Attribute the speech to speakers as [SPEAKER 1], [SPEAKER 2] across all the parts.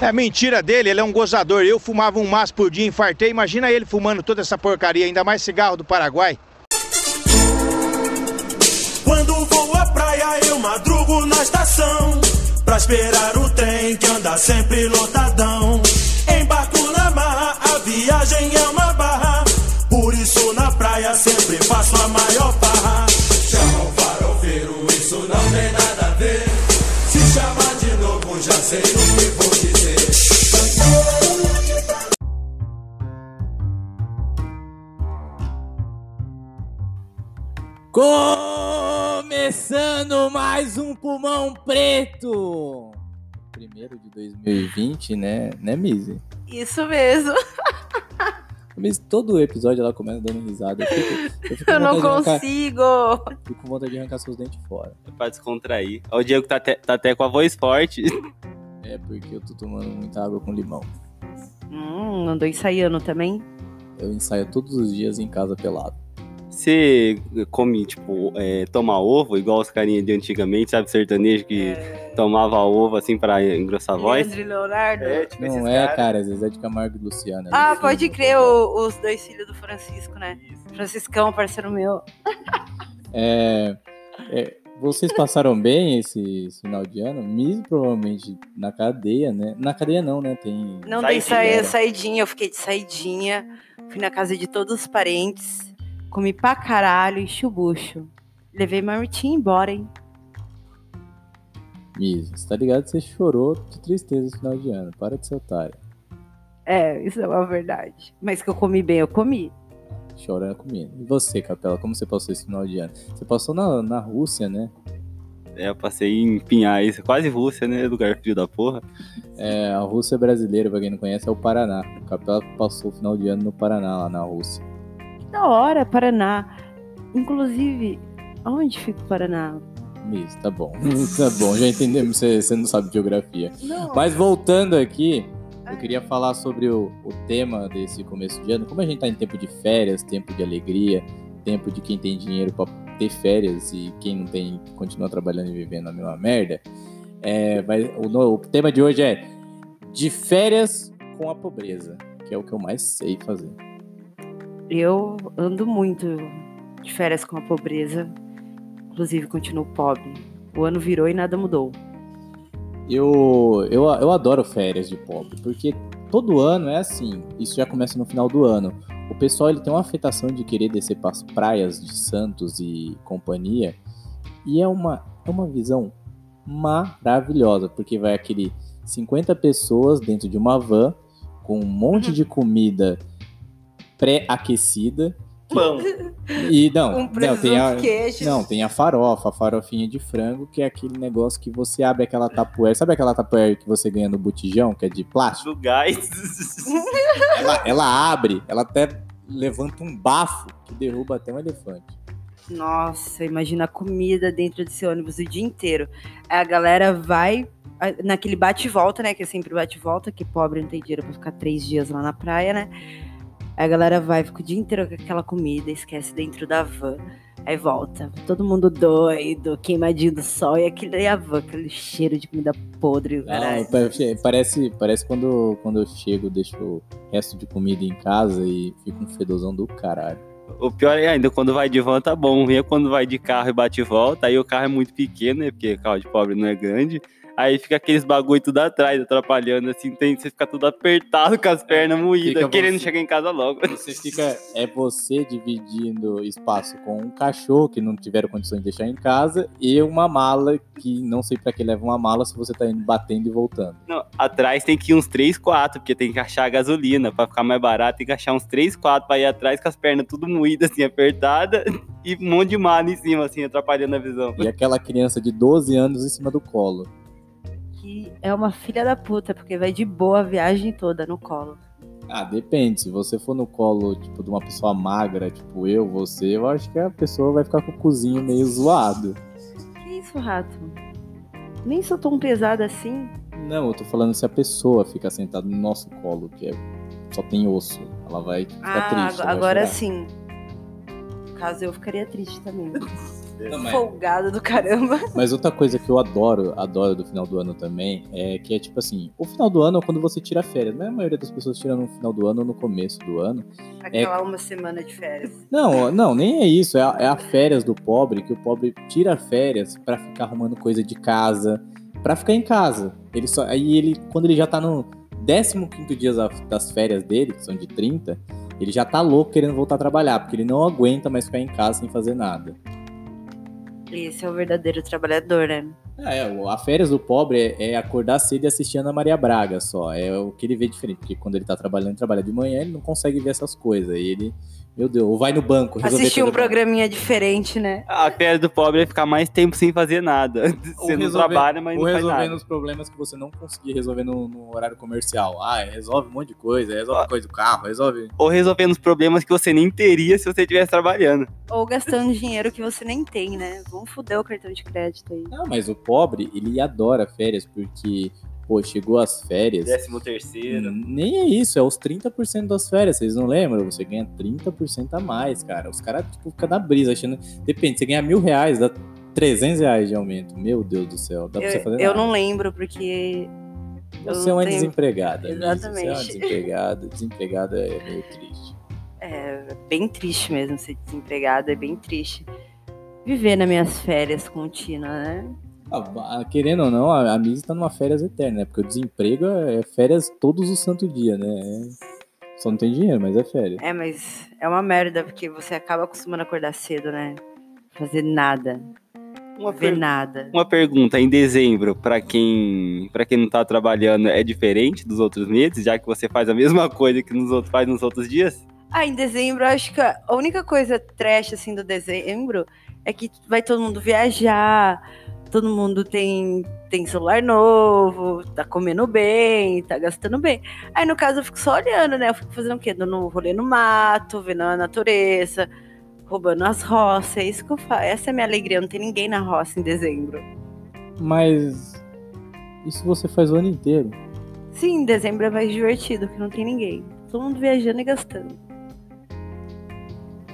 [SPEAKER 1] É mentira dele, ele é um gozador. Eu fumava um maço por dia, infartei. Imagina ele fumando toda essa porcaria, ainda mais cigarro do Paraguai.
[SPEAKER 2] Quando vou à praia, eu madrugo na estação. Pra esperar o trem que anda sempre lotadão. Embarco na marra, a viagem é uma barra. Por isso na praia sempre faço a maior barra. Chama o farofeiro, isso não tem nada a ver. Se chamar de novo, já sei o que vou dizer.
[SPEAKER 3] Começando mais um Pulmão Preto! Primeiro de 2020, né? Né, Mizzy?
[SPEAKER 4] Isso mesmo.
[SPEAKER 3] Mizzy, todo episódio ela começa dando risada. Eu, fico, eu, fico
[SPEAKER 4] Eu
[SPEAKER 3] com
[SPEAKER 4] não
[SPEAKER 3] vontade de arrancar-
[SPEAKER 4] consigo.
[SPEAKER 3] fico com vontade de arrancar seus dentes fora.
[SPEAKER 5] Pra descontrair. Ó, O Diego tá até, tá até com a voz forte.
[SPEAKER 3] É porque eu tô tomando muita água com limão.
[SPEAKER 4] Hum, andou ensaiando também?
[SPEAKER 3] Eu ensaio todos os dias em casa pelado.
[SPEAKER 5] Você come, tipo, é, toma ovo, igual os carinha de antigamente, sabe? Sertanejo que
[SPEAKER 3] É.
[SPEAKER 5] tomava ovo, assim, pra engrossar a voz.
[SPEAKER 4] Leandro e Leonardo.
[SPEAKER 5] tipo,
[SPEAKER 3] Não é, cara, Zezé de Camargo e é Luciana.
[SPEAKER 4] Ah,
[SPEAKER 3] Eles
[SPEAKER 4] pode
[SPEAKER 3] são-
[SPEAKER 4] crer, o- os dois filhos do Francisco, né? Franciscão, parceiro meu.
[SPEAKER 3] É, é, vocês passaram bem esse esse final de ano? Mizzy provavelmente na cadeia, né? Na cadeia não, né? Tem...
[SPEAKER 4] Não dei
[SPEAKER 5] Saidinha.
[SPEAKER 4] saia, saidinha, eu fiquei de saidinha. Fui na casa de todos os parentes. Comi pra caralho, enchi o bucho. Levei marmitinha embora, hein?
[SPEAKER 3] Mizzy, você tá ligado que você chorou de tristeza esse final de ano. Para de ser otário.
[SPEAKER 4] É, isso é uma verdade. Mas que eu comi bem, eu comi.
[SPEAKER 3] Chorando comida. E você, Capela, como você passou esse final de ano? Você passou na, na Rússia, né?
[SPEAKER 5] É, eu passei em Pinhais, quase Rússia, né? Lugar frio da porra.
[SPEAKER 3] É, a Rússia brasileira, pra quem não conhece, é o Paraná. Capela passou o final de ano no Paraná, lá na Rússia.
[SPEAKER 4] Que da hora, Paraná. Inclusive, aonde fica o Paraná?
[SPEAKER 3] Mizzy, tá bom. tá bom, já entendemos, você, você não sabe de geografia.
[SPEAKER 4] Não.
[SPEAKER 3] Mas voltando aqui, eu queria falar sobre o, o tema desse começo de ano. Como a gente tá em tempo de férias, tempo de alegria, tempo de quem tem dinheiro pra ter férias e quem não tem continua trabalhando e vivendo a mesma merda. É, vai- o, no- o tema de hoje é de férias com a pobreza, que é o que eu mais sei fazer.
[SPEAKER 4] Eu ando muito de férias com a pobreza. Inclusive, continuo pobre. O ano virou e nada mudou.
[SPEAKER 3] Eu, eu, eu adoro férias de pobre, porque todo ano é assim. Isso já começa no final do ano. O pessoal ele tem uma afetação de querer descer para as praias de Santos e companhia. E é uma, é uma visão maravilhosa, porque vai aquele 50 pessoas dentro de uma van com um monte de comida pré-aquecida.
[SPEAKER 5] Pão.
[SPEAKER 3] E não,
[SPEAKER 4] Um
[SPEAKER 3] não tem a,
[SPEAKER 4] queijo.
[SPEAKER 3] não, tem a farofa, a farofinha de frango, que é aquele negócio que você abre aquela tapuera. Sabe aquela tapuera que você ganha no botijão, que é de plástico?
[SPEAKER 5] Do gás.
[SPEAKER 3] Ela, ela abre, ela até levanta um bafo que derruba até um elefante.
[SPEAKER 4] Nossa, imagina a comida dentro desse ônibus o dia inteiro. Aí A galera vai a- naquele bate e volta, né? Que é sempre bate e volta, que pobre não tem dinheiro pra ficar três dias lá na praia, né? Aí A galera vai, fica o dia inteiro com aquela comida, esquece dentro da van. Aí volta, todo mundo doido, queimadinho do sol, e aquele aí a van, aquele cheiro de comida podre,
[SPEAKER 3] Não,
[SPEAKER 4] caralho.
[SPEAKER 3] pa- parece, parece quando, quando eu chego, deixo o resto de comida em casa e fica um fedozão do caralho.
[SPEAKER 5] O pior é ainda, quando vai de van tá bom. E é quando vai de carro e bate e volta, aí o carro é muito pequeno, né? Porque carro de pobre não é grande. Aí fica aqueles bagulho tudo atrás, atrapalhando, assim, tem, você fica tudo apertado com as pernas moídas,
[SPEAKER 3] É. Fica
[SPEAKER 5] querendo
[SPEAKER 3] você-
[SPEAKER 5] chegar em casa logo.
[SPEAKER 3] Você fica. É você dividindo espaço com um cachorro que não tiveram condições de deixar em casa e uma mala que não sei pra que leva uma mala se você tá indo batendo e voltando.
[SPEAKER 5] Não, atrás tem que ir uns 3, 4, porque tem que achar a gasolina. Pra ficar mais barato, tem que achar uns 3, 4 pra ir atrás com as pernas tudo moídas, assim, apertada e um monte de mala em cima, assim, atrapalhando a visão.
[SPEAKER 3] E aquela criança de 12 anos em cima do colo.
[SPEAKER 4] Que é uma filha da puta, porque vai de boa a viagem toda no colo.
[SPEAKER 3] Ah, depende. Se você for no colo, tipo, de uma pessoa magra, tipo eu, você, eu acho que a pessoa vai ficar com o cozinho meio zoado.
[SPEAKER 4] Que isso, rato? Nem sou tão pesada assim.
[SPEAKER 3] Não, eu tô falando se a pessoa fica sentada no nosso colo, que é, só tem osso. Ela vai ficar
[SPEAKER 4] Ah,
[SPEAKER 3] É triste. né? Tipo, é.
[SPEAKER 4] agora,
[SPEAKER 3] vai
[SPEAKER 4] agora
[SPEAKER 3] chorar.
[SPEAKER 4] sim. No caso, eu ficaria triste também.
[SPEAKER 5] certeza.
[SPEAKER 3] Não, mas-
[SPEAKER 4] folgado do caramba.
[SPEAKER 3] Mas outra coisa que eu adoro, adoro do final do ano também, é que é tipo assim, o final do ano é quando você tira férias, né? A maioria das pessoas tira no final do ano ou no começo do ano.
[SPEAKER 4] Aquela uma semana de férias.
[SPEAKER 3] Não, não, nem é isso. É a, é a férias do pobre, que o pobre tira férias pra ficar arrumando coisa de casa, pra ficar em casa. Ele só, aí ele, quando ele já tá no 15 dia das- das férias dele, que são de 30, ele já tá louco querendo voltar a trabalhar, porque ele não aguenta mais ficar em casa sem fazer nada.
[SPEAKER 4] Esse é o verdadeiro trabalhador, né?
[SPEAKER 3] É, o- a férias do pobre é, é acordar cedo e assistir Ana Maria Braga só. É o que ele vê diferente, porque quando ele tá trabalhando, ele trabalha de manhã, ele não consegue ver essas coisas. E ele, meu Deus, ou vai no banco resolver
[SPEAKER 4] Assistir um
[SPEAKER 3] coisa pra-
[SPEAKER 4] programinha diferente, né?
[SPEAKER 5] A férias do pobre é ficar mais tempo sem fazer nada. Você não
[SPEAKER 3] resolver-
[SPEAKER 5] trabalha, mas
[SPEAKER 3] Ou
[SPEAKER 5] não faz
[SPEAKER 3] resolvendo
[SPEAKER 5] nada.
[SPEAKER 3] os problemas que você não conseguia resolver no, no horário comercial. Ah, resolve um monte de coisa, resolve
[SPEAKER 5] Ah.
[SPEAKER 3] coisa do carro, resolve.
[SPEAKER 5] Ou resolvendo os problemas que você nem teria se você estivesse trabalhando.
[SPEAKER 4] Ou gastando dinheiro que você nem tem, né? Vamos foder o cartão de crédito aí.
[SPEAKER 3] Não, Ah, mas o pobre, ele adora férias, porque, pô, chegou as férias.
[SPEAKER 5] Décimo terceiro.
[SPEAKER 3] Hum, Nem é isso, é os 30% das férias, vocês não lembram? Você ganha 30% a mais, cara. Os caras, tipo, ficam na brisa, achando. Depende, você ganha mil reais, dá 300 reais de aumento. Meu Deus do céu, dá pra você
[SPEAKER 4] Eu,
[SPEAKER 3] fazer
[SPEAKER 4] eu
[SPEAKER 3] nada.
[SPEAKER 4] não lembro, porque. eu
[SPEAKER 3] Você é uma
[SPEAKER 4] tenho-
[SPEAKER 3] desempregada. amiga, Você é uma
[SPEAKER 4] Exatamente.
[SPEAKER 3] desempregada. Desempregada é meio triste.
[SPEAKER 4] É bem triste mesmo ser desempregado, é bem triste. Viver nas minhas férias contínuas, né?
[SPEAKER 3] Ah, ah, querendo ou não, a, a Miss tá numa férias eterna, né? Porque o desemprego é férias todos os santos dias, né? É- Só não tem dinheiro, mas é férias.
[SPEAKER 4] É, mas é uma merda, porque você acaba acostumando a acordar cedo, né? Fazer nada,
[SPEAKER 5] Hum, Uma,
[SPEAKER 4] ver
[SPEAKER 5] per-
[SPEAKER 4] nada.
[SPEAKER 5] uma pergunta, em dezembro, pra quem para quem não tá trabalhando, é diferente dos outros meses, já que você faz a mesma coisa que nos outros faz nos outros dias?
[SPEAKER 4] Ah, em dezembro, eu acho que a única coisa trash, assim, do dezembro é que vai todo mundo viajar, todo mundo tem, tem celular novo, tá comendo bem, tá gastando bem. Aí, no caso, eu fico só olhando, né? Eu fico fazendo o quê? Dando um rolê no mato, vendo a natureza, roubando as roças, é isso que eu faço. Essa é a minha alegria, não tem ninguém na roça em dezembro.
[SPEAKER 3] Mas isso você faz o ano inteiro.
[SPEAKER 4] Sim, em dezembro é mais divertido, porque não tem ninguém. Todo mundo viajando e gastando.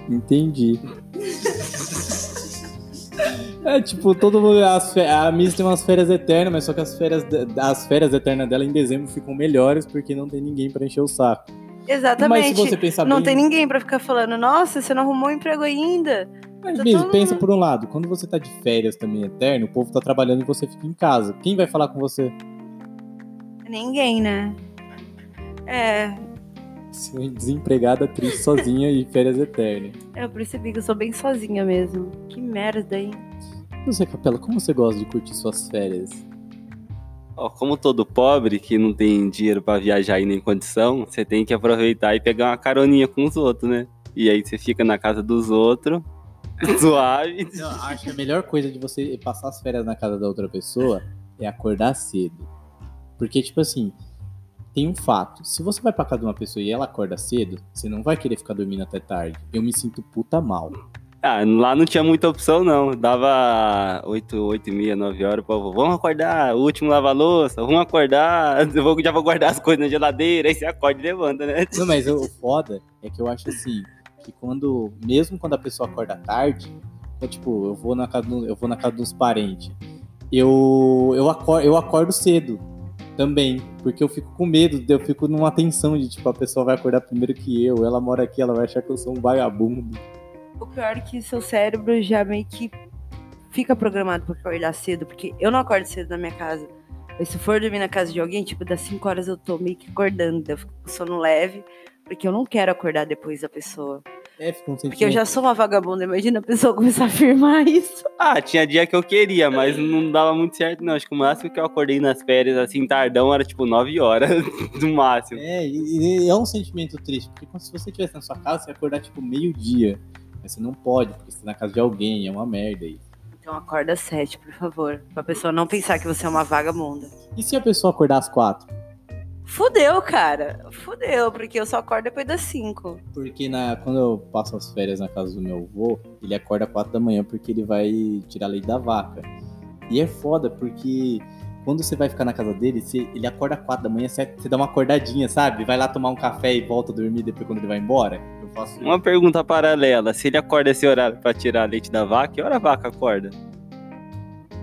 [SPEAKER 3] Entendi. É tipo, todo mundo. as fe- a Miss tem umas férias eternas, mas só que as férias, de- as férias eternas dela em dezembro ficam melhores porque não tem ninguém pra encher o saco. Mas
[SPEAKER 4] Exatamente.
[SPEAKER 3] se você pensar
[SPEAKER 4] Não
[SPEAKER 3] Tá bem,
[SPEAKER 4] tem ninguém pra ficar falando, nossa, você não arrumou um emprego ainda.
[SPEAKER 3] Mas
[SPEAKER 4] Tá
[SPEAKER 3] mesmo,
[SPEAKER 4] todo
[SPEAKER 3] pensa por um lado, quando você tá de férias também eterno, o povo tá trabalhando e você fica em casa. Quem vai falar com você?
[SPEAKER 4] Ninguém, né? É,
[SPEAKER 3] Sim, Desempregada, triste, sozinha e férias eternas.
[SPEAKER 4] eu percebi que eu sou bem sozinha mesmo. Que merda, hein?
[SPEAKER 3] Você, Capela, como você gosta de curtir suas férias?
[SPEAKER 5] Ó, como todo pobre que não tem dinheiro pra viajar e nem condição, você tem que aproveitar e pegar uma caroninha com os outros, né? E aí você fica na casa dos outros, suave.
[SPEAKER 3] Eu acho que a melhor coisa de você passar as férias na casa da outra pessoa é acordar cedo. Porque, tipo assim, tem um fato. Se você vai pra casa de uma pessoa e ela acorda cedo, você não vai querer ficar dormindo até tarde. Eu me sinto puta mal.
[SPEAKER 5] Ah, lá não tinha muita opção, não. Dava 8, 8 e meia, 9 horas, o povo, vamos acordar, o último lava a louça, vamos acordar, eu vou, já vou guardar as coisas na geladeira, aí você acorda e levanta, né?
[SPEAKER 3] Não, mas o foda é que eu acho assim, que quando. Mesmo quando a pessoa acorda tarde, eu, tipo, eu vou na casa, do- eu vou na casa dos parentes. Eu, eu, acordo, eu acordo cedo também. Porque eu fico com medo, eu fico numa tensão de tipo, a pessoa vai acordar primeiro que eu, ela mora aqui, ela vai achar que eu sou um vagabundo.
[SPEAKER 4] O pior é que seu cérebro já meio que fica programado pra acordar cedo, porque eu não acordo cedo na minha casa. Mas se for dormir na casa de alguém, tipo, das 5 horas eu tô meio que acordando, daí eu fico com sono leve, porque eu não quero acordar depois da pessoa.
[SPEAKER 3] É, fica um
[SPEAKER 4] Porque eu
[SPEAKER 3] sentimento.
[SPEAKER 4] já sou uma vagabunda, imagina a pessoa começar a afirmar isso.
[SPEAKER 5] Ah, tinha dia que eu queria, mas não dava muito certo, não. Acho que o máximo que eu acordei nas férias, assim, tardão, era tipo 9 horas, no máximo.
[SPEAKER 3] É, e, e é um sentimento triste, porque quando se você estivesse na sua casa, você ia acordar tipo meio-dia. Mas você não pode, porque você tá na casa de alguém, é uma merda aí.
[SPEAKER 4] Então acorda às sete, por favor. Pra pessoa não pensar que você é uma vagabunda.
[SPEAKER 3] E se a pessoa acordar às quatro?
[SPEAKER 4] Fudeu, cara. Fudeu, porque eu só acordo depois das cinco.
[SPEAKER 3] Porque na, quando eu passo as férias na casa do meu avô, ele acorda 4 da manhã porque ele vai tirar leite da vaca. E é foda, porque Quando você vai ficar na casa dele, você- ele acorda 4 da manhã, você, você dá uma acordadinha, sabe? Vai lá tomar um café e volta a dormir depois quando ele vai embora. Eu faço isso.
[SPEAKER 5] Uma pergunta paralela: se ele acorda esse horário pra tirar leite da vaca, que hora a vaca acorda?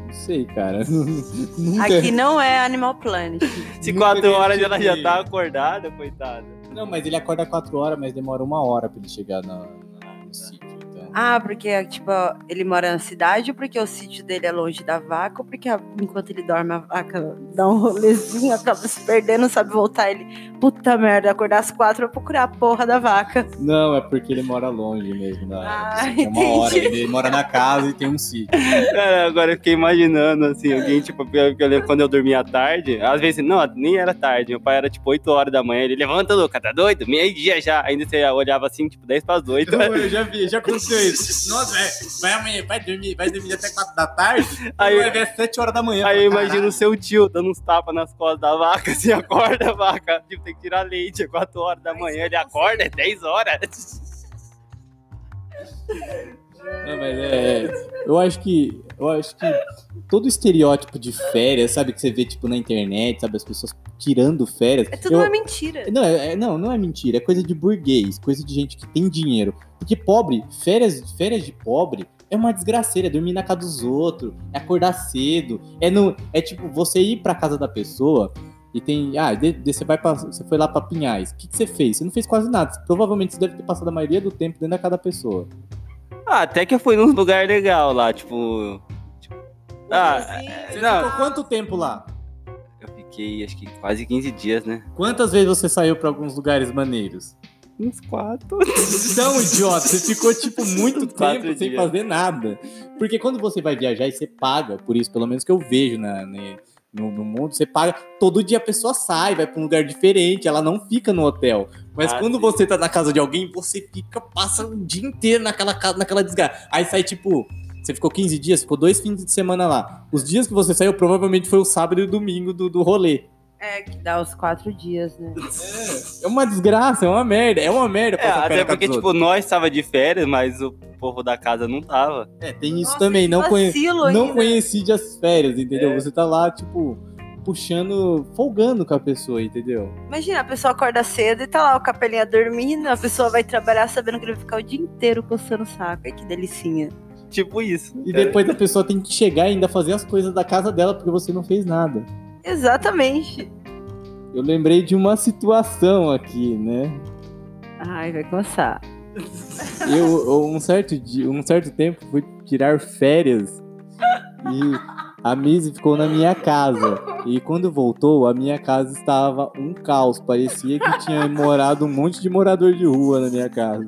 [SPEAKER 3] Não sei, cara. Nunca-
[SPEAKER 4] Aqui não é Animal Planet.
[SPEAKER 5] Se
[SPEAKER 3] Nunca
[SPEAKER 5] quatro horas
[SPEAKER 3] entendi.
[SPEAKER 5] ela já tá acordada, coitada.
[SPEAKER 3] Não, mas ele acorda 4 horas, mas demora uma hora pra ele chegar na- na- no sítio. Então.
[SPEAKER 4] Ah, porque, tipo, ele mora na cidade, ou porque o sítio dele é longe da vaca, ou porque a- enquanto ele dorme, a vaca dá um rolezinho, acaba se perdendo, sabe voltar. Ele, puta merda, acordar às quatro, eu vou procurar a porra da vaca.
[SPEAKER 3] Não, é porque ele mora longe mesmo. Da,
[SPEAKER 4] Ah,
[SPEAKER 3] é uma
[SPEAKER 4] entendi.
[SPEAKER 3] hora, ele mora na casa e tem um sítio.
[SPEAKER 5] Cara, agora eu fiquei imaginando, assim, alguém, tipo, eu eu lembro quando eu dormia à tarde, às vezes, não, nem era tarde, meu pai era tipo 8 horas da manhã, ele levanta, Luca, tá doido? Meio-dia já. Ainda você olhava assim, tipo, 10 pras 8.
[SPEAKER 3] Então, eu já vi, já aconteceu isso. Nossa, é, vai amanhã, vai dormir, vai dormir até 4 da tarde,
[SPEAKER 5] Aí- vai
[SPEAKER 3] ver às 7 horas da manhã.
[SPEAKER 5] Aí eu imagino o seu tio dando uns tapas nas costas da vaca, assim, acorda a vaca, tipo, tem que tirar leite, é 4 horas da manhã, ele acorda, é 10 horas.
[SPEAKER 3] Não, mas é, eu acho que eu acho que todo estereótipo de férias, sabe que você vê tipo na internet, sabe as pessoas tirando férias.
[SPEAKER 4] É tudo
[SPEAKER 3] eu-
[SPEAKER 4] uma mentira.
[SPEAKER 3] não, é, é- não, não é mentira, é coisa de burguês, coisa de gente que tem dinheiro. Porque pobre, férias, férias de pobre é uma desgraceira, é dormir na casa dos outros, é acordar cedo, é não, é tipo você ir pra casa da pessoa e tem, ah, de- de- você vai pra, você foi lá pra Pinhais. O que, que você fez? Você não fez quase nada. Provavelmente você deve ter passado a maioria do tempo dentro da casa da pessoa.
[SPEAKER 5] Ah, até que eu fui num lugar legal lá, tipo. tipo- ah,
[SPEAKER 4] assim,
[SPEAKER 3] Você
[SPEAKER 5] não.
[SPEAKER 3] ficou quanto tempo lá?
[SPEAKER 5] eu fiquei acho que quase 15 dias, né?
[SPEAKER 3] Quantas vezes você saiu pra alguns lugares maneiros?
[SPEAKER 5] Uns quatro.
[SPEAKER 3] Então, idiota, você ficou tipo muito
[SPEAKER 5] Quatro
[SPEAKER 3] tempo sem
[SPEAKER 5] dias.
[SPEAKER 3] fazer nada. Porque quando você vai viajar e você paga, por isso, pelo menos que eu vejo na- na- no, no mundo, você paga. Todo dia a pessoa sai, vai pra um lugar diferente, ela não fica no hotel. Mas
[SPEAKER 5] Ah,
[SPEAKER 3] quando
[SPEAKER 5] sim.
[SPEAKER 3] você tá na casa de alguém, você fica, passa o dia inteiro naquela casa, naquela desgraça. Aí sai tipo. Você ficou 15 dias, ficou dois fins de semana lá. Os dias que você saiu provavelmente foi o sábado e o domingo do, do rolê.
[SPEAKER 4] É, que dá os quatro dias, né?
[SPEAKER 3] É uma desgraça, é uma merda, é uma merda
[SPEAKER 5] É,
[SPEAKER 3] passar
[SPEAKER 5] até
[SPEAKER 3] férias com
[SPEAKER 5] porque,
[SPEAKER 3] os
[SPEAKER 5] tipo, nós tava de férias, mas o povo da casa não tava.
[SPEAKER 3] outros. É, tem isso
[SPEAKER 4] Nossa, tipo
[SPEAKER 3] também,
[SPEAKER 4] que
[SPEAKER 3] não, conhe...
[SPEAKER 4] vacilo
[SPEAKER 3] não
[SPEAKER 4] ainda.
[SPEAKER 3] conheci de as férias, entendeu?
[SPEAKER 5] É.
[SPEAKER 3] Você tá lá, tipo, puxando, folgando com a pessoa, entendeu?
[SPEAKER 4] Imagina, a pessoa acorda cedo e tá lá o capelinha dormindo, a pessoa vai trabalhar sabendo que ele vai ficar o dia inteiro coçando o saco. Ai, que delicinha.
[SPEAKER 5] Tipo isso.
[SPEAKER 3] E
[SPEAKER 5] É.
[SPEAKER 3] depois a pessoa tem que chegar e ainda fazer as coisas da casa dela porque você não fez nada.
[SPEAKER 4] Exatamente.
[SPEAKER 3] Eu lembrei de uma situação aqui, né?
[SPEAKER 4] Ai, vai começar.
[SPEAKER 3] Eu, eu, um, certo dia, um certo tempo, fui tirar férias e a Mizzy ficou na minha casa. E quando voltou, a minha casa estava um caos. Parecia que tinha morado um monte de morador de rua na minha casa.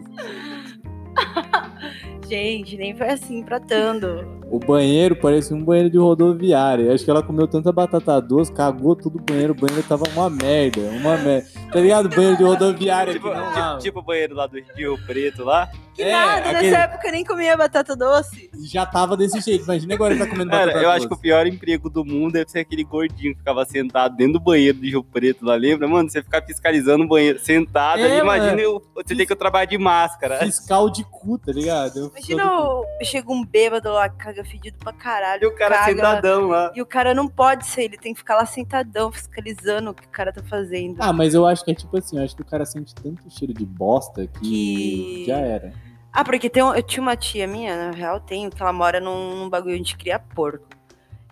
[SPEAKER 4] Gente, nem foi assim pra tanto.
[SPEAKER 3] O banheiro parecia um banheiro de rodoviária. Acho que ela comeu tanta batata doce, cagou tudo o banheiro. O banheiro tava uma merda, uma merda. Tá ligado? Banheiro de rodoviária
[SPEAKER 5] Tipo,
[SPEAKER 3] que não
[SPEAKER 5] tipo-
[SPEAKER 3] lava.
[SPEAKER 5] tipo o banheiro lá do Rio Preto lá.
[SPEAKER 4] Que
[SPEAKER 3] É,
[SPEAKER 4] nada,
[SPEAKER 3] aquele-
[SPEAKER 4] nessa época eu nem comia batata doce.
[SPEAKER 3] Já tava desse jeito. Imagina agora ele tá comendo batata
[SPEAKER 5] tipo- Cara,
[SPEAKER 3] doce.
[SPEAKER 5] eu acho que o pior emprego do mundo deve ser aquele gordinho que ficava sentado dentro do banheiro do Rio Preto lá, lembra? Mano, você ficar fiscalizando o banheiro sentado,
[SPEAKER 3] É,
[SPEAKER 5] ali, imagina eu- você tem que trabalhar de máscara.
[SPEAKER 3] Fiscal de cu, tá ligado? Eu-
[SPEAKER 4] Imagina o... chega um bêbado lá, caga fedido pra caralho.
[SPEAKER 5] E o cara
[SPEAKER 4] caga,
[SPEAKER 5] sentadão lá.
[SPEAKER 4] E o cara não pode ser, ele tem que ficar lá sentadão, fiscalizando o que o cara tá fazendo.
[SPEAKER 3] Ah, mas eu acho que é tipo assim, eu acho que o cara sente tanto cheiro de bosta que,
[SPEAKER 4] Que-
[SPEAKER 3] já era.
[SPEAKER 4] Ah, porque tem, um- eu tinha uma tia minha, na real tenho, que ela mora num, num bagulho onde cria porco.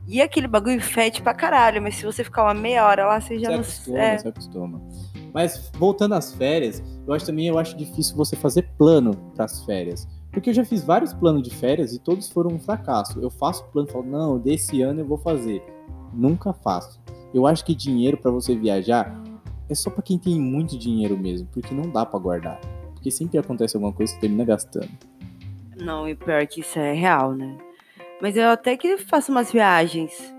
[SPEAKER 4] E aquele bagulho fede pra caralho, mas se você ficar uma meia hora lá, você já
[SPEAKER 3] se
[SPEAKER 4] não...
[SPEAKER 3] acostuma,
[SPEAKER 4] É,
[SPEAKER 3] se acostuma. Mas voltando às férias, eu acho também eu acho difícil você fazer plano para as férias. Porque eu já fiz vários planos de férias e todos foram um fracasso. Eu faço plano e falo, não, desse ano eu vou fazer. Nunca faço. Eu acho que dinheiro para você viajar é só para quem tem muito dinheiro mesmo, porque não dá para guardar. Porque sempre acontece alguma coisa que termina gastando.
[SPEAKER 4] não, e pior que isso é real, né? Mas eu até que faço umas viagens,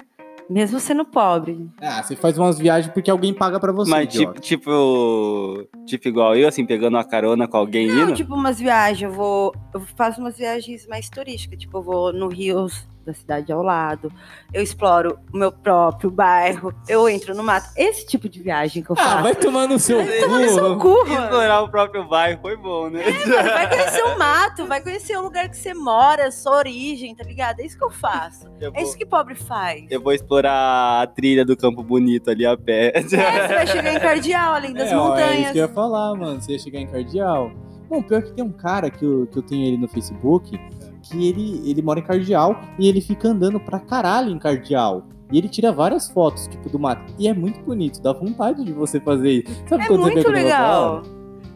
[SPEAKER 4] mesmo sendo pobre.
[SPEAKER 3] Ah, você faz umas viagens porque alguém paga para você.
[SPEAKER 5] Mas tipo,
[SPEAKER 3] idiota.
[SPEAKER 5] tipo, tipo igual eu, assim, pegando uma carona com alguém
[SPEAKER 4] Não,
[SPEAKER 5] indo.
[SPEAKER 4] tipo umas viagens, eu vou... Eu faço umas viagens mais turísticas, tipo, eu vou no Rio da cidade ao lado, eu exploro o meu próprio bairro, eu entro no mato. Esse tipo de viagem que eu faço.
[SPEAKER 3] Ah, vai tomar no seu
[SPEAKER 4] Vai tomar no seu
[SPEAKER 3] cu.
[SPEAKER 4] cu, mano.
[SPEAKER 5] Explorar o próprio bairro foi bom, né?
[SPEAKER 4] Mano, Vai conhecer o mato, vai conhecer o lugar que você mora, a sua origem, tá ligado? É isso que eu faço.
[SPEAKER 5] Eu
[SPEAKER 4] É
[SPEAKER 5] vou,
[SPEAKER 4] isso que pobre faz.
[SPEAKER 5] eu vou explorar a trilha do Campo Bonito ali a pé.
[SPEAKER 4] É, você vai chegar em Cardeal, além das
[SPEAKER 3] É, ó, é isso
[SPEAKER 4] montanhas.
[SPEAKER 3] que eu ia falar, mano. Você ia chegar em Cardeal. Bom, pior que tem um cara que eu, que eu tenho ele no Facebook, que ele, ele mora em Cardeal e ele fica andando pra caralho em Cardeal. E ele tira várias fotos, tipo, do mato. E é muito bonito, dá vontade de você fazer isso. Sabe
[SPEAKER 4] É
[SPEAKER 3] quando você
[SPEAKER 4] muito
[SPEAKER 3] pega no
[SPEAKER 4] legal.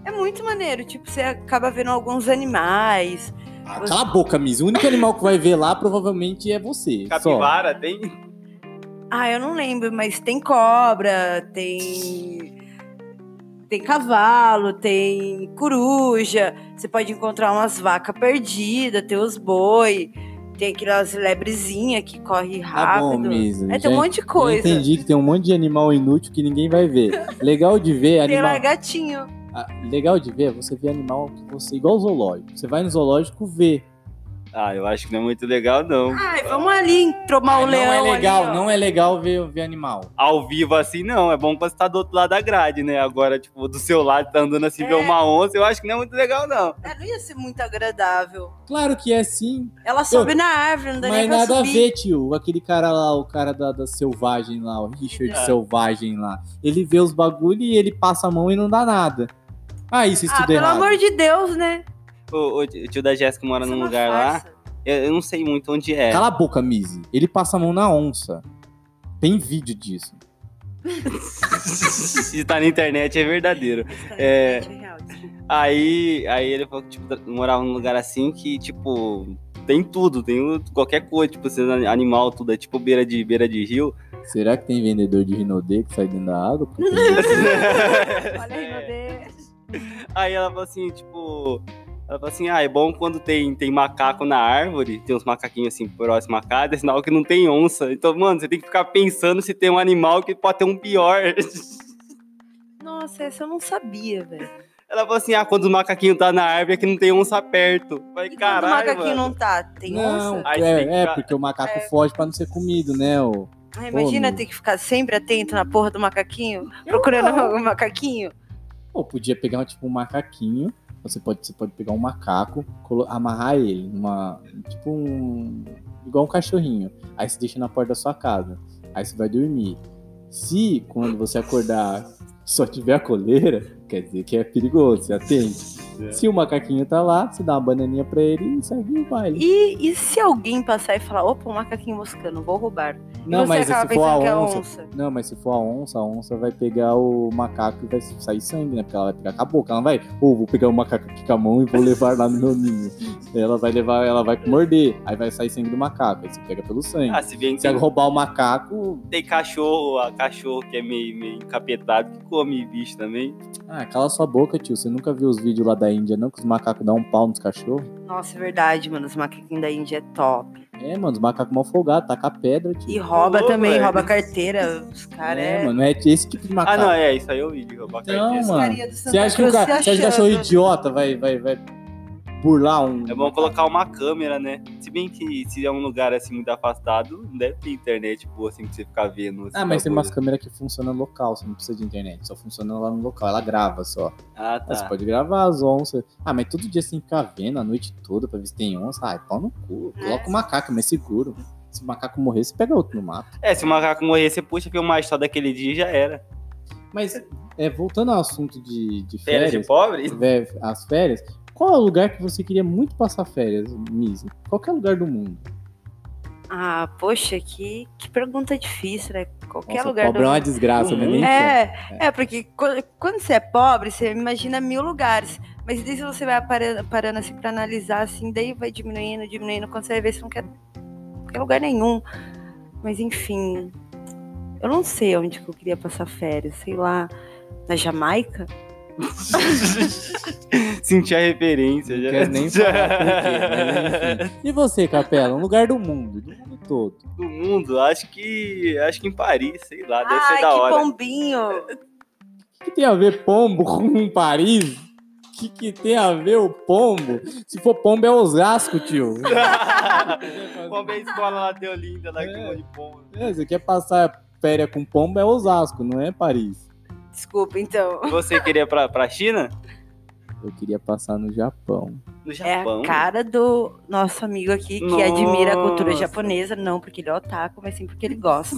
[SPEAKER 4] É muito maneiro. Tipo, você acaba vendo alguns animais.
[SPEAKER 3] Ah, cala a boca, Miz. O único animal que vai ver lá provavelmente é você. Só.
[SPEAKER 5] Capivara tem?
[SPEAKER 4] Ah, eu não lembro, mas tem cobra, tem. Tem cavalo, tem coruja. Você pode encontrar umas vacas perdidas, tem os boi, tem aquelas lebrezinhas que corre
[SPEAKER 3] Tá bom,
[SPEAKER 4] rápido.
[SPEAKER 3] Miz.
[SPEAKER 4] é,
[SPEAKER 3] Já
[SPEAKER 4] tem um monte de coisa.
[SPEAKER 3] Eu entendi que tem um monte de animal inútil que ninguém vai ver. Legal de ver
[SPEAKER 4] Tem
[SPEAKER 3] animal.
[SPEAKER 4] lagartinho.
[SPEAKER 3] Ah, legal de ver é você ver animal que você igual o zoológico. Você vai no zoológico ver.
[SPEAKER 5] Ah, eu acho que não é muito legal, não.
[SPEAKER 4] Ai, vamos ali tromar o
[SPEAKER 3] não
[SPEAKER 4] leão.
[SPEAKER 3] é legal,
[SPEAKER 4] ali, ó.
[SPEAKER 3] não é legal ver, ver animal.
[SPEAKER 5] Ao vivo assim, não. É bom quando você tá do outro lado da grade, né? Agora, tipo, do seu lado, tá andando assim,
[SPEAKER 4] É.
[SPEAKER 5] ver uma onça, eu acho que não é muito legal, não.
[SPEAKER 4] É, não ia ser muito agradável.
[SPEAKER 3] Claro que é sim,
[SPEAKER 4] Ela sobe na árvore, não dá
[SPEAKER 3] mas
[SPEAKER 4] nem pra
[SPEAKER 3] nada a
[SPEAKER 4] subir.
[SPEAKER 3] ver, tio. Aquele cara lá, o cara da, da selvagem lá, o Richard
[SPEAKER 5] É.
[SPEAKER 3] Selvagem lá. Ele vê os bagulho e ele passa a mão e não dá nada. Ah, isso
[SPEAKER 4] Ah,
[SPEAKER 3] estuda
[SPEAKER 4] pelo
[SPEAKER 3] errado.
[SPEAKER 4] amor de Deus, né?
[SPEAKER 5] O, o tio da Jéssica mora
[SPEAKER 4] Isso é
[SPEAKER 5] num
[SPEAKER 4] uma
[SPEAKER 5] lugar lá.
[SPEAKER 4] farsa.
[SPEAKER 5] Eu, eu não sei muito onde é.
[SPEAKER 3] Cala a boca, Mizzy. Ele passa a mão na onça. Tem vídeo disso.
[SPEAKER 5] Se tá na internet, é verdadeiro. É.
[SPEAKER 4] É... real, desculpa.
[SPEAKER 5] Aí, aí ele falou que, tipo, tra- morava num lugar assim que, tipo, tem tudo, tem o- qualquer coisa, tipo, sendo ani- animal, tudo, é tipo beira de, beira de rio.
[SPEAKER 3] Será que tem vendedor de Rinodê que sai dentro da água? Porque-
[SPEAKER 4] Olha aí, meu Deus.
[SPEAKER 5] Aí ela falou assim, tipo. Ela falou assim: ah, é bom quando tem, tem macaco na árvore, tem uns macaquinhos assim próximo à casa, é sinal que não tem onça. Então, mano, você tem que ficar pensando se tem um animal que pode ter um pior.
[SPEAKER 4] Nossa, essa eu não sabia, velho.
[SPEAKER 5] Ela falou assim: ah, quando o macaquinho tá na árvore é que não tem onça perto. Eu
[SPEAKER 4] E
[SPEAKER 5] Falei,
[SPEAKER 4] quando o
[SPEAKER 5] caralho.
[SPEAKER 4] macaquinho
[SPEAKER 5] Mano.
[SPEAKER 4] não tá, tem
[SPEAKER 3] Não,
[SPEAKER 4] onça?
[SPEAKER 5] Aí
[SPEAKER 3] é,
[SPEAKER 5] tem que-
[SPEAKER 3] é, porque o macaco foge pra não ser comido, né? ô?
[SPEAKER 4] Ah, imagina
[SPEAKER 3] meu.
[SPEAKER 4] ter que ficar sempre atento na porra do macaquinho, procurando o macaquinho.
[SPEAKER 3] Ou podia pegar tipo um macaquinho. Você pode, você pode pegar um macaco, colo- amarrar ele numa. Tipo um. Igual um cachorrinho. Aí você deixa na porta da sua casa. Aí você vai dormir. Se quando você acordar só tiver a coleira, quer dizer que é perigoso, você atende. Se o macaquinho tá lá, você dá uma bananinha pra ele e segue o baile.
[SPEAKER 4] E, e se alguém passar e falar, opa, um macaquinho moscando, vou roubar. E
[SPEAKER 3] Não,
[SPEAKER 4] você
[SPEAKER 3] mas
[SPEAKER 4] acaba
[SPEAKER 3] se for a
[SPEAKER 4] pensando que é
[SPEAKER 3] onça.
[SPEAKER 4] onça.
[SPEAKER 3] Não, mas se for a onça, a onça vai pegar o macaco e vai sair sangue, né? Porque ela vai pegar com a boca. Ela não vai, ou vou pegar o macaco aqui com a mão e vou levar lá no meu ninho. Ela vai levar, ela vai morder. Aí vai sair sangue do macaco. Aí você pega pelo sangue.
[SPEAKER 5] Ah, se bem que
[SPEAKER 3] Se ela
[SPEAKER 5] tem,
[SPEAKER 3] roubar o macaco.
[SPEAKER 5] tem cachorro, a cachorro que é meio, meio encapetado, que come bicho também.
[SPEAKER 3] Ah, cala sua boca, tio. Você nunca viu os vídeos lá da Índia, não? Que os macacos dão um pau nos cachorros?
[SPEAKER 4] Nossa, é verdade, mano. Os macaquinhos da Índia é top.
[SPEAKER 3] É, mano, os macacos mal folgados, taca pedra, tio.
[SPEAKER 4] E rouba
[SPEAKER 5] Ô,
[SPEAKER 4] também,
[SPEAKER 5] velho.
[SPEAKER 4] rouba carteira. Os caras
[SPEAKER 3] é,
[SPEAKER 4] é.
[SPEAKER 3] mano, é esse tipo de
[SPEAKER 5] Ah,
[SPEAKER 3] macaco.
[SPEAKER 5] não, é, isso aí eu vi, de roubar
[SPEAKER 3] Então,
[SPEAKER 5] carteira.
[SPEAKER 3] mano,
[SPEAKER 4] Pescaria do Santa
[SPEAKER 3] Você acha que um
[SPEAKER 4] Cruz
[SPEAKER 3] ca-
[SPEAKER 4] se
[SPEAKER 3] você acha que um cachorro
[SPEAKER 4] achando.
[SPEAKER 3] idiota vai, vai, vai burlar um.
[SPEAKER 5] É bom colocar uma câmera, né? Se bem que se é um lugar assim muito afastado, não deve ter internet boa assim pra você ficar vendo. assim,
[SPEAKER 3] Ah, mas tem umas
[SPEAKER 5] bagulho.
[SPEAKER 3] câmeras que funcionam local, você não precisa de internet, só funciona lá no local, ela grava só.
[SPEAKER 5] Ah,
[SPEAKER 3] Ah, Você
[SPEAKER 5] tá.
[SPEAKER 3] pode gravar as onças. Ah, mas todo dia você tem que ficar vendo a noite toda pra ver se tem onça. Ai, pau no cu. Coloca o macaco, é mais seguro. Se o macaco morrer, você pega outro no mato.
[SPEAKER 5] É, se o macaco morrer, você puxa filmar só daquele dia e já era.
[SPEAKER 3] Mas, é, voltando ao assunto de, de
[SPEAKER 5] Férias de
[SPEAKER 3] férias,
[SPEAKER 5] pobre?
[SPEAKER 3] vé- as férias, qual é o lugar que você queria muito passar férias, Miz? Qualquer lugar do mundo.
[SPEAKER 4] Ah, poxa, que, que pergunta difícil, né? Qualquer
[SPEAKER 3] Nossa,
[SPEAKER 4] lugar
[SPEAKER 3] pobre é uma
[SPEAKER 4] do
[SPEAKER 3] desgraça,
[SPEAKER 5] Uhum.
[SPEAKER 3] né? Nem
[SPEAKER 4] mundo.
[SPEAKER 3] sei.
[SPEAKER 4] É, é, porque quando, quando você é pobre, você imagina mil lugares. Mas daí se você vai parando, parando assim pra analisar, assim, daí vai diminuindo, diminuindo. Quando você vai ver, você não quer, não quer lugar nenhum. Mas enfim, eu não sei onde que eu queria passar férias. Sei lá, na Jamaica?
[SPEAKER 5] Senti a referência.
[SPEAKER 3] Não
[SPEAKER 5] Já...
[SPEAKER 3] quero nem falar por quê, né? mas enfim. E você, Capela? Um lugar do mundo, do mundo todo.
[SPEAKER 5] Do mundo, acho que. Acho que em Paris, sei lá, deve
[SPEAKER 4] Ai,
[SPEAKER 5] ser da
[SPEAKER 4] que
[SPEAKER 5] hora.
[SPEAKER 4] pombinho!
[SPEAKER 3] O que tem a ver pombo com Paris? que, que tem a ver o pombo? Se for pombo é Osasco, tio.
[SPEAKER 5] Uma vez escola lá de Olinda, lá que
[SPEAKER 3] É.
[SPEAKER 5] foi de pombo.
[SPEAKER 3] É, você quer passar férias com pombo é Osasco, não é Paris.
[SPEAKER 4] Desculpa, então.
[SPEAKER 5] Você queria pra, pra China?
[SPEAKER 3] Eu queria passar no Japão.
[SPEAKER 5] No
[SPEAKER 4] É
[SPEAKER 5] Japão.
[SPEAKER 4] a cara do nosso amigo aqui que admira a cultura
[SPEAKER 5] Nossa.
[SPEAKER 4] japonesa, não porque ele é otaku, mas sim porque ele gosta.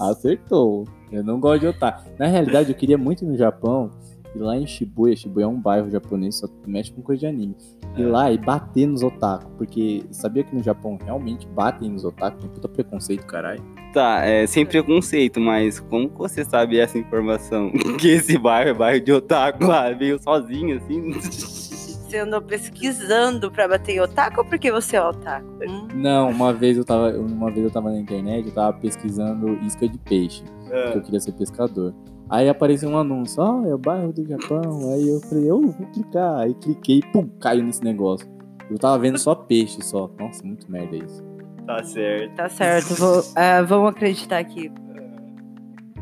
[SPEAKER 3] Acertou. Eu não gosto de otaku. Na realidade, eu queria muito ir no Japão. E lá em Shibuya, Shibuya é um bairro japonês, só mexe com coisa de anime. Ir
[SPEAKER 5] É.
[SPEAKER 3] lá e bater nos otaku. Porque sabia que no Japão realmente batem nos otaku? Tem puta preconceito, caralho.
[SPEAKER 5] Tá, é sem preconceito, mas como que você sabe essa informação? Que esse bairro é bairro de otaku lá, veio sozinho, assim.
[SPEAKER 4] Você andou pesquisando pra bater em otaku ou porque você é otaku? Hum,
[SPEAKER 3] Não, uma vez eu tava. Uma vez eu tava na internet, eu tava pesquisando isca de peixe.
[SPEAKER 5] É.
[SPEAKER 3] Porque
[SPEAKER 5] Ah,
[SPEAKER 3] eu queria ser pescador. Aí apareceu um anúncio, ó, é o bairro do Japão. Aí eu falei, eu vou clicar. Aí cliquei e pum, caiu nesse negócio. Eu tava vendo só peixe só. Nossa, muito merda isso.
[SPEAKER 5] Tá certo.
[SPEAKER 4] tá certo, vou, ah, vamos acreditar aqui.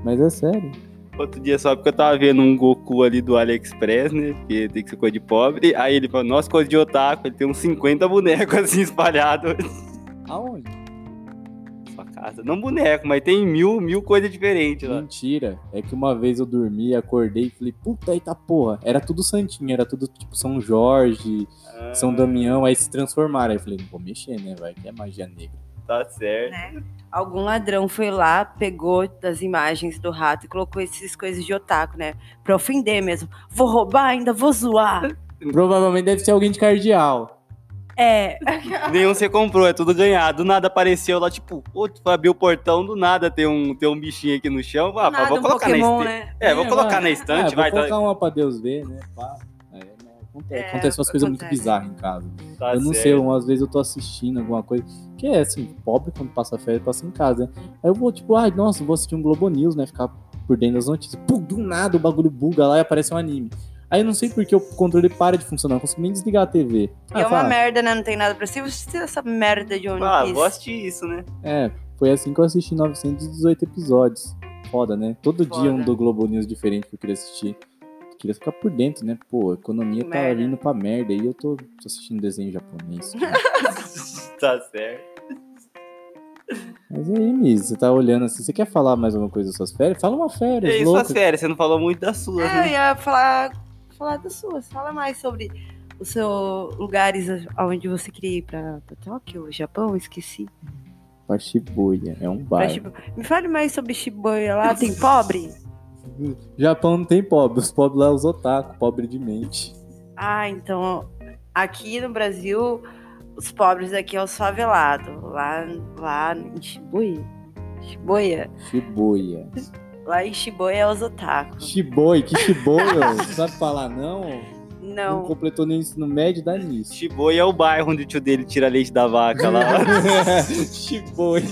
[SPEAKER 3] Mas é sério.
[SPEAKER 5] Outro dia só porque eu tava vendo um Goku ali do AliExpress, né? Porque tem que ser coisa de pobre. Aí ele falou, nossa, coisa de otaku, ele tem uns 50 bonecos assim espalhados
[SPEAKER 3] Aonde?
[SPEAKER 5] na sua casa. Não boneco, mas tem mil, mil coisas diferentes lá.
[SPEAKER 3] Mentira. É que uma vez eu dormi, acordei e falei, puta eita porra. Era tudo santinho, era tudo tipo São Jorge, São Damião. Aí se transformaram. Aí eu falei, não vou mexer, né, vai? Que é magia negra.
[SPEAKER 5] Tá certo.
[SPEAKER 4] Algum ladrão foi lá, pegou das imagens do rato e colocou essas coisas de otaku, né? Pra ofender mesmo. Vou roubar ainda, vou zoar.
[SPEAKER 3] Provavelmente deve ser alguém de cardeal.
[SPEAKER 4] É,
[SPEAKER 5] Nenhum você comprou, é tudo ganhado. Do nada apareceu lá, tipo, ô, tu vai abrir o portão, do nada tem um, tem um bichinho aqui no chão. Ah,
[SPEAKER 4] nada,
[SPEAKER 5] vou
[SPEAKER 4] um
[SPEAKER 5] colocar
[SPEAKER 4] Pokémon,
[SPEAKER 5] na estante.
[SPEAKER 4] né?
[SPEAKER 5] É, vou
[SPEAKER 3] É,
[SPEAKER 5] colocar
[SPEAKER 3] vai.
[SPEAKER 5] na
[SPEAKER 3] Ah,
[SPEAKER 5] estante,
[SPEAKER 3] vou
[SPEAKER 5] vai. tá-
[SPEAKER 3] colocar uma pra Deus ver, né? Pá. Aí, né, acontece,
[SPEAKER 4] É,
[SPEAKER 3] acontece umas coisas muito
[SPEAKER 4] acontece.
[SPEAKER 3] bizarras em casa.
[SPEAKER 5] tá
[SPEAKER 3] eu não
[SPEAKER 5] certo.
[SPEAKER 3] sei, umas vezes eu tô assistindo alguma coisa. Que é assim, pobre quando passa férias, passa em casa, né? Aí eu vou, tipo, ai, nossa, vou assistir um Globo News, né? Ficar por dentro das notícias. Pum, do nada o bagulho buga lá e aparece um anime. Aí eu não sei porque o controle para de funcionar, eu não consigo nem desligar a Ah, TV.
[SPEAKER 4] E é uma
[SPEAKER 3] fala,
[SPEAKER 4] merda, né? Não tem nada pra si. Você tem essa merda de One
[SPEAKER 5] Ah,
[SPEAKER 4] Piece.
[SPEAKER 5] vou assistir isso, né?
[SPEAKER 3] É, foi assim que eu assisti 918 episódios. Foda, né? Todo dia um
[SPEAKER 4] Foda.
[SPEAKER 3] do Globo News diferente que eu queria assistir. Eu queria ficar por dentro, né? Pô, a economia
[SPEAKER 4] Que
[SPEAKER 3] tá
[SPEAKER 4] merda.
[SPEAKER 3] indo pra merda e eu tô, tô assistindo desenho japonês.
[SPEAKER 5] tá certo.
[SPEAKER 3] Mas e aí, Miz, você tá olhando assim, você quer falar mais alguma coisa das suas férias? Fala uma férias,
[SPEAKER 5] E aí,
[SPEAKER 3] louco.
[SPEAKER 5] suas férias, você não falou muito das suas,
[SPEAKER 4] É, eu
[SPEAKER 5] né?
[SPEAKER 4] ia falar, falar das suas. Fala mais sobre os seus lugares aonde você queria ir pra, pra Tóquio, Japão, esqueci.
[SPEAKER 3] Pra Shibuya, é um
[SPEAKER 4] Pra
[SPEAKER 3] bairro.
[SPEAKER 4] Shibu- Me fale mais sobre Shibuya lá, tem pobre?
[SPEAKER 3] Japão não tem pobre, os pobres lá é os otaku, pobre de mente.
[SPEAKER 4] Ah, então aqui no Brasil, os pobres aqui é os favelados. Lá, lá em Shibuya. Shibuya.
[SPEAKER 3] Shibuya.
[SPEAKER 4] Lá em Shibuya é os otakus.
[SPEAKER 3] Shiboi, que Shibuya? Você sabe falar não? Não
[SPEAKER 4] Não.
[SPEAKER 3] completou nem o ensino médio, dá nisso.
[SPEAKER 5] Shibuya é o bairro onde o tio dele tira leite da vaca lá.
[SPEAKER 4] Tipo
[SPEAKER 3] Chiboi.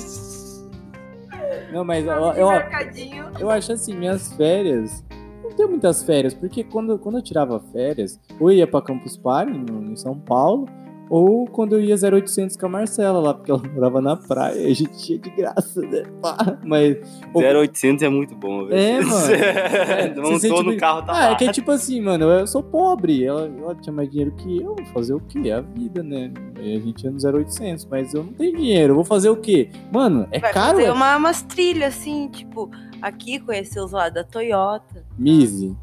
[SPEAKER 3] Não, mas ó, eu,
[SPEAKER 4] Mercadinho.
[SPEAKER 3] eu acho assim, minhas férias. Não tenho muitas férias, porque quando, quando eu tirava férias, ou eu ia pra Campus Party, no, em São Paulo, ou quando eu ia 0800 com a Marcela lá, porque ela morava na praia, a gente ia de graça, né? Pá, Mas. ou-
[SPEAKER 5] 0800 é muito bom, velho.
[SPEAKER 3] É, mano. É,
[SPEAKER 5] Montou
[SPEAKER 3] você sente
[SPEAKER 5] no
[SPEAKER 3] bem-
[SPEAKER 5] carro, tá
[SPEAKER 3] Ah,
[SPEAKER 5] lá.
[SPEAKER 3] é que é tipo assim, mano, eu sou pobre, ela, ela tinha mais dinheiro que eu, vou fazer o quê? É a vida, né? Aí A gente é no 0800, mas eu não tenho dinheiro, eu vou fazer o quê? Mano, é
[SPEAKER 4] Vai
[SPEAKER 3] caro?
[SPEAKER 4] fazer
[SPEAKER 3] é?
[SPEAKER 4] uma, umas trilhas assim, tipo, aqui conhecer os lá da Toyota.
[SPEAKER 3] Mise,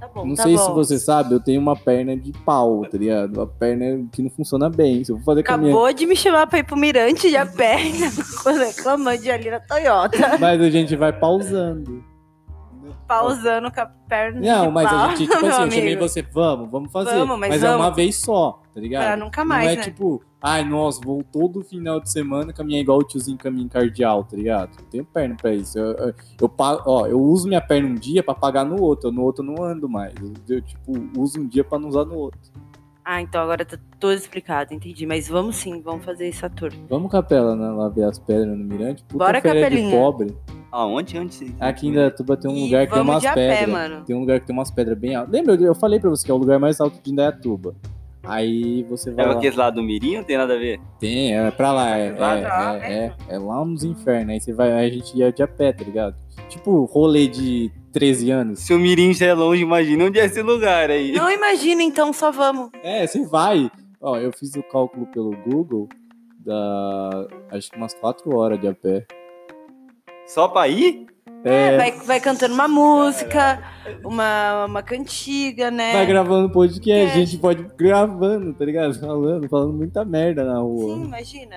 [SPEAKER 4] Tá bom,
[SPEAKER 3] não
[SPEAKER 4] tá
[SPEAKER 3] sei
[SPEAKER 4] bom.
[SPEAKER 3] se você sabe, eu tenho uma perna de pau, tá ligado? Uma perna que não funciona bem, se eu vou fazer caminhão...
[SPEAKER 4] Acabou de me chamar pra ir pro Mirante de a pé, reclamando de ali na Toyota,
[SPEAKER 3] Mas a gente vai pausando.
[SPEAKER 4] pausando com a perna
[SPEAKER 3] Não,
[SPEAKER 4] de
[SPEAKER 3] mas
[SPEAKER 4] pau,
[SPEAKER 3] a gente, tipo
[SPEAKER 4] meu
[SPEAKER 3] assim, eu
[SPEAKER 4] amigo,
[SPEAKER 3] chamei você, vamos, vamos fazer.
[SPEAKER 4] Vamos, mas
[SPEAKER 3] é uma
[SPEAKER 4] vamos.
[SPEAKER 3] vez só, tá ligado?
[SPEAKER 4] pra nunca mais,
[SPEAKER 3] não é
[SPEAKER 4] né?
[SPEAKER 3] tipo, ai, nossa, vou todo final de semana caminhar igual o tiozinho caminho cardeal, tá ligado? Não tenho perna pra isso. Eu, eu, eu pa- ó, eu uso minha perna um dia pra pagar no outro, eu no outro eu não ando mais. Eu, eu, tipo, uso um dia pra não usar no outro.
[SPEAKER 4] Ah, então agora tá tudo explicado, entendi. Mas vamos sim, vamos fazer essa tour.
[SPEAKER 3] Vamos, Capela, né, lá ver as pedras no Mirante? Puta
[SPEAKER 4] Bora,
[SPEAKER 3] feira de
[SPEAKER 4] Capelinha.
[SPEAKER 3] pobre.
[SPEAKER 5] Aonde, Ah, onde você...
[SPEAKER 3] Aqui em Indaiatuba tem um
[SPEAKER 4] E
[SPEAKER 3] lugar que tem
[SPEAKER 4] vamos
[SPEAKER 3] umas
[SPEAKER 4] de a
[SPEAKER 3] pedras.
[SPEAKER 4] pé, mano.
[SPEAKER 3] Tem um lugar que tem umas pedras bem altas. Lembra, eu- eu falei pra você que é o lugar mais alto de Indaiatuba. Aí você vai
[SPEAKER 5] É
[SPEAKER 3] lá.
[SPEAKER 5] aqueles lá do Mirim, não tem nada a ver?
[SPEAKER 3] Tem, é pra lá, é,
[SPEAKER 5] Lá
[SPEAKER 3] é,
[SPEAKER 4] tá,
[SPEAKER 3] é, é, é lá nos infernos. Aí você vai, aí a gente ia de a pé, tá ligado? Tipo rolê de 13 anos.
[SPEAKER 5] Se o Mirim já é longe, imagina onde é esse lugar aí.
[SPEAKER 4] Não imagina, então só vamos.
[SPEAKER 3] É, você vai. Ó, eu fiz o cálculo pelo Google da. Acho que umas 4 horas de a pé.
[SPEAKER 5] Só pra ir?
[SPEAKER 4] É, vai, vai cantando uma música, uma, uma cantiga, né?
[SPEAKER 3] Vai gravando podcast,
[SPEAKER 4] É.
[SPEAKER 3] a gente pode gravando, tá ligado? Falando, falando muita merda na
[SPEAKER 4] Sim,
[SPEAKER 3] rua.
[SPEAKER 4] imagina.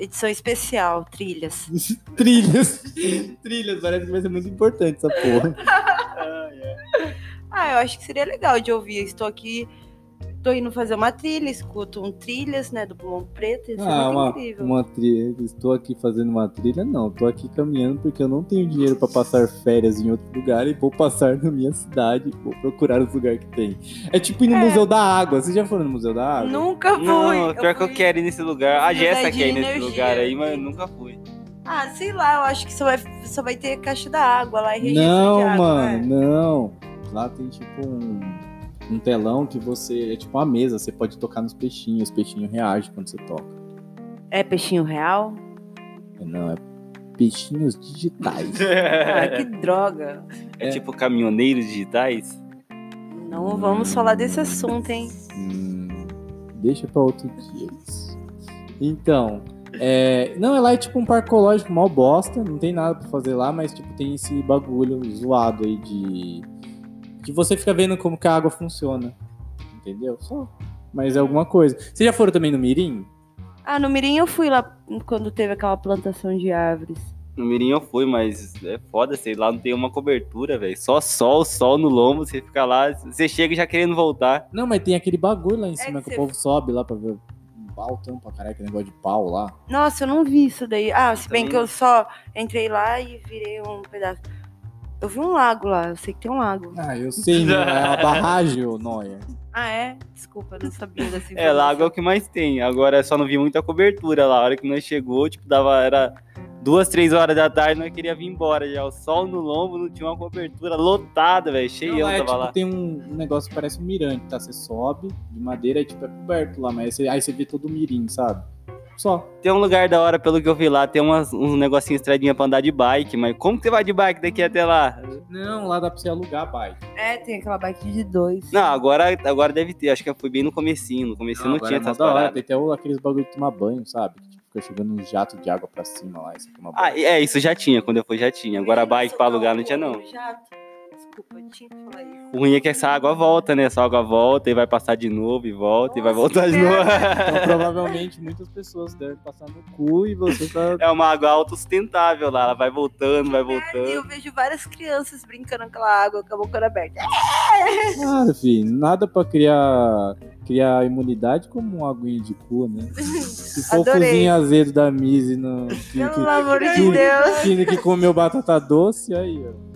[SPEAKER 4] Edição especial, trilhas.
[SPEAKER 3] Trilhas. Trilhas, parece que vai ser muito importante essa porra.
[SPEAKER 4] Ah, eu acho que seria legal de ouvir. Eu estou aqui, tô indo fazer uma trilha, escuto um trilhas, né, do Pulmão Preto, isso é
[SPEAKER 3] Ah,
[SPEAKER 4] muito
[SPEAKER 3] uma,
[SPEAKER 4] incrível.
[SPEAKER 3] uma trilha. Estou aqui fazendo uma trilha? Não, tô aqui caminhando porque eu não tenho dinheiro pra passar férias em outro lugar e vou passar na minha cidade, vou procurar os lugares que tem. É tipo ir no
[SPEAKER 4] É.
[SPEAKER 3] Museu da Água. Vocês já foram no Museu da Água?
[SPEAKER 4] Nunca fui.
[SPEAKER 5] Não, pior que eu
[SPEAKER 4] fui-
[SPEAKER 5] quero ir nesse lugar. A
[SPEAKER 4] Mas é
[SPEAKER 5] Jéssica
[SPEAKER 4] de
[SPEAKER 5] quer ir nesse
[SPEAKER 4] energia,
[SPEAKER 5] lugar aí, mas eu
[SPEAKER 4] gente.
[SPEAKER 5] nunca fui.
[SPEAKER 4] Ah, sei lá, eu acho que só vai, só vai ter caixa da água lá e registro de
[SPEAKER 3] Não,
[SPEAKER 4] água,
[SPEAKER 3] mano,
[SPEAKER 4] né?
[SPEAKER 3] não. Lá tem tipo um, um telão que você. É tipo uma mesa, você pode tocar nos peixinhos, os peixinhos reagem quando você toca.
[SPEAKER 4] É peixinho real?
[SPEAKER 3] Não, é peixinhos digitais.
[SPEAKER 4] Ah,
[SPEAKER 5] é
[SPEAKER 4] que droga.
[SPEAKER 3] É.
[SPEAKER 5] tipo caminhoneiros digitais?
[SPEAKER 4] Não
[SPEAKER 5] Hum.
[SPEAKER 4] vamos falar desse assunto, hein?
[SPEAKER 3] Hum, deixa pra outro dia isso. Então, é, não, é lá é tipo um parque ecológico mal bosta, não tem nada pra fazer lá, mas tipo tem esse bagulho zoado aí de que você fica vendo como que a água funciona. Entendeu? Só. Mas é alguma coisa. Vocês já foram também no Mirim?
[SPEAKER 4] Ah, no Mirim eu fui lá quando teve aquela plantação de árvores.
[SPEAKER 5] No Mirim eu fui, mas é foda, sei lá, não tem uma cobertura, velho. Só sol, sol no lombo, você fica lá, você chega já querendo voltar.
[SPEAKER 3] Não, mas tem aquele bagulho lá em cima
[SPEAKER 4] que
[SPEAKER 3] que,
[SPEAKER 4] você-
[SPEAKER 3] o povo sobe lá pra ver um pau tão pra caralho, aquele negócio de pau lá.
[SPEAKER 4] Nossa, eu não vi isso daí. Ah, se bem
[SPEAKER 5] Também
[SPEAKER 4] que eu
[SPEAKER 5] não.
[SPEAKER 4] só entrei lá e virei um pedaço. Eu vi um lago lá, eu sei que tem um lago.
[SPEAKER 3] Ah, eu sei, né? é uma barragem, ô Noia.
[SPEAKER 4] Ah, é? Desculpa, eu não sabia dessa
[SPEAKER 5] É, lá água é
[SPEAKER 4] informação.
[SPEAKER 5] o que mais tem. Agora só não vi muita cobertura lá. A hora que nós chegou, tipo, dava, era duas, três horas da tarde, nós queria vir embora já. O sol no lombo, não tinha uma cobertura lotada, velho.
[SPEAKER 3] Não,
[SPEAKER 5] Cheião
[SPEAKER 3] lá é,
[SPEAKER 5] tava
[SPEAKER 3] tipo,
[SPEAKER 5] lá.
[SPEAKER 3] tem um negócio que parece um mirante, tá? Você sobe de madeira, é, tipo, é coberto lá, mas você- aí você vê todo o mirim, sabe? Só.
[SPEAKER 5] Tem um lugar da hora, pelo que eu vi lá, tem umas, uns negocinhos estradinha pra andar de bike, mas como que você vai de bike daqui até lá?
[SPEAKER 3] Não, lá dá pra você alugar bike.
[SPEAKER 4] É, tem aquela bike de dois.
[SPEAKER 5] Não, agora, agora deve ter. Acho que foi bem no comecinho. No comecinho não,
[SPEAKER 3] agora
[SPEAKER 5] tinha
[SPEAKER 3] é mó
[SPEAKER 5] essas
[SPEAKER 3] da hora,
[SPEAKER 5] paradas.
[SPEAKER 3] tem até o- aqueles bagulho de tomar banho, sabe? Que tipo, fica chegando um jato de água pra cima lá e você toma banho.
[SPEAKER 5] Ah, é, isso já tinha. Quando eu fui, já tinha. Agora bike pra alugar não tinha, não.
[SPEAKER 4] Jato. Desculpa, eu tinha que falar isso.
[SPEAKER 5] O ruim é que essa água volta, né? Essa água volta e vai passar de novo e volta e vai
[SPEAKER 4] Nossa,
[SPEAKER 5] voltar de
[SPEAKER 4] que
[SPEAKER 5] novo.
[SPEAKER 3] Então, provavelmente muitas pessoas devem passar no cu e você tá.
[SPEAKER 5] É uma água autossustentável lá. Ela vai voltando, vai
[SPEAKER 4] E
[SPEAKER 5] voltando.
[SPEAKER 4] eu vejo várias crianças brincando com aquela água com a boca aberta.
[SPEAKER 3] Claro, filho. ah, Nada pra criar, criar imunidade como uma aguinha de cu, né? Se for o
[SPEAKER 4] Adorei.
[SPEAKER 3] cozinho azedo da Mise no. Que,
[SPEAKER 4] Pelo amor de
[SPEAKER 3] que-
[SPEAKER 4] Deus.
[SPEAKER 3] que- que comeu batata doce, aí, ó.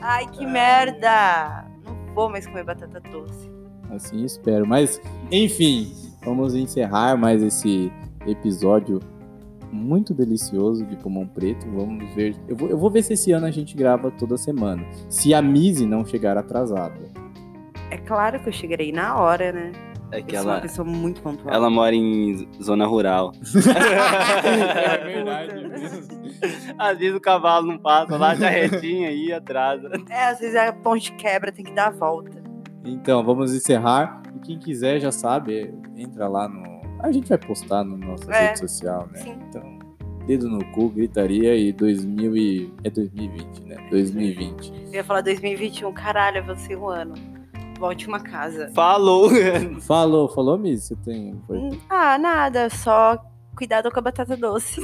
[SPEAKER 4] Ai, que merda! Não vou mais comer batata doce.
[SPEAKER 3] Assim espero. Mas, enfim, vamos encerrar mais esse episódio muito delicioso de pulmão preto. Vamos ver. Eu vou, eu vou ver se esse ano a gente grava toda semana. Se a Mise não chegar atrasada.
[SPEAKER 4] É claro que eu chegarei na hora, né?
[SPEAKER 5] É
[SPEAKER 4] Eu
[SPEAKER 5] que
[SPEAKER 4] sou uma
[SPEAKER 5] ela,
[SPEAKER 4] pessoa muito pontual.
[SPEAKER 5] ela mora em zona rural.
[SPEAKER 3] É
[SPEAKER 4] verdade
[SPEAKER 5] Às vezes o cavalo não passa lá, já retinha e atrasa.
[SPEAKER 4] É, às vezes a ponte quebra, tem que dar a volta.
[SPEAKER 3] Então, vamos encerrar. E quem quiser já sabe, entra lá no. A gente vai postar na nossa
[SPEAKER 4] É.
[SPEAKER 3] rede social, né?
[SPEAKER 4] Sim.
[SPEAKER 3] Então, dedo no cu, gritaria e 2000 e... É 2020, né? 2020.
[SPEAKER 4] Eu ia falar 2021, caralho, você um ano. Volte uma casa.
[SPEAKER 5] Falou!
[SPEAKER 3] Falou, falou, Miss? Você tem... Foi...
[SPEAKER 4] Hum, Ah, nada, só cuidado com a batata doce.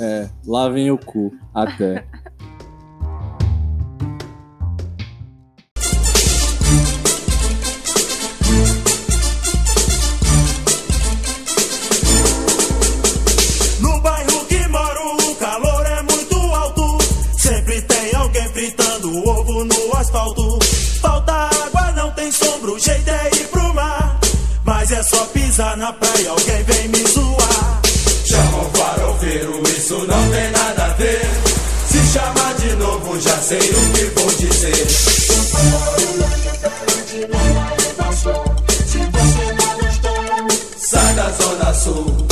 [SPEAKER 3] É, lavem o cu. Até.
[SPEAKER 2] No bairro que moro, o calor é muito alto. Sempre tem alguém fritando ovo no asfalto. Falta água, não tem sombra, o jeito é ir pro mar. Mas é só pisar na praia, alguém vem me zoar. Chama o farofeiro, isso não tem nada a ver. Se chamar de novo, já sei o que vou dizer. Sai da zona sul.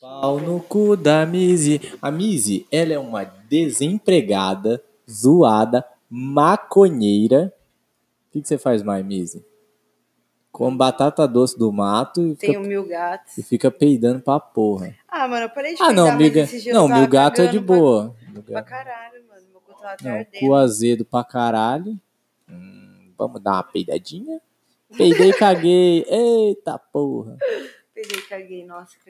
[SPEAKER 3] Pau no cu da Mizzy. A Mizzy, ela é uma desempregada, zoada, maconheira. O que, que você faz mais, Mizzy? Com batata doce do mato e fica,
[SPEAKER 4] Tenho mil gatos.
[SPEAKER 3] e fica peidando pra porra.
[SPEAKER 4] Ah, mano, eu parei de
[SPEAKER 3] Ah, não,
[SPEAKER 4] peidar,
[SPEAKER 3] mil,
[SPEAKER 4] mas
[SPEAKER 3] ga-
[SPEAKER 4] esses dias eu
[SPEAKER 3] não,
[SPEAKER 4] tava
[SPEAKER 3] mil gato é de
[SPEAKER 4] cagando pra-
[SPEAKER 3] boa. Mil
[SPEAKER 4] Pra
[SPEAKER 3] gato-
[SPEAKER 4] caralho, mano. Meu cu tava até
[SPEAKER 3] Não, cu
[SPEAKER 4] ardendo.
[SPEAKER 3] azedo pra caralho. Hum, vamos dar uma peidadinha? Peidei e caguei. Eita porra.
[SPEAKER 4] Peguei, caguei, nossa.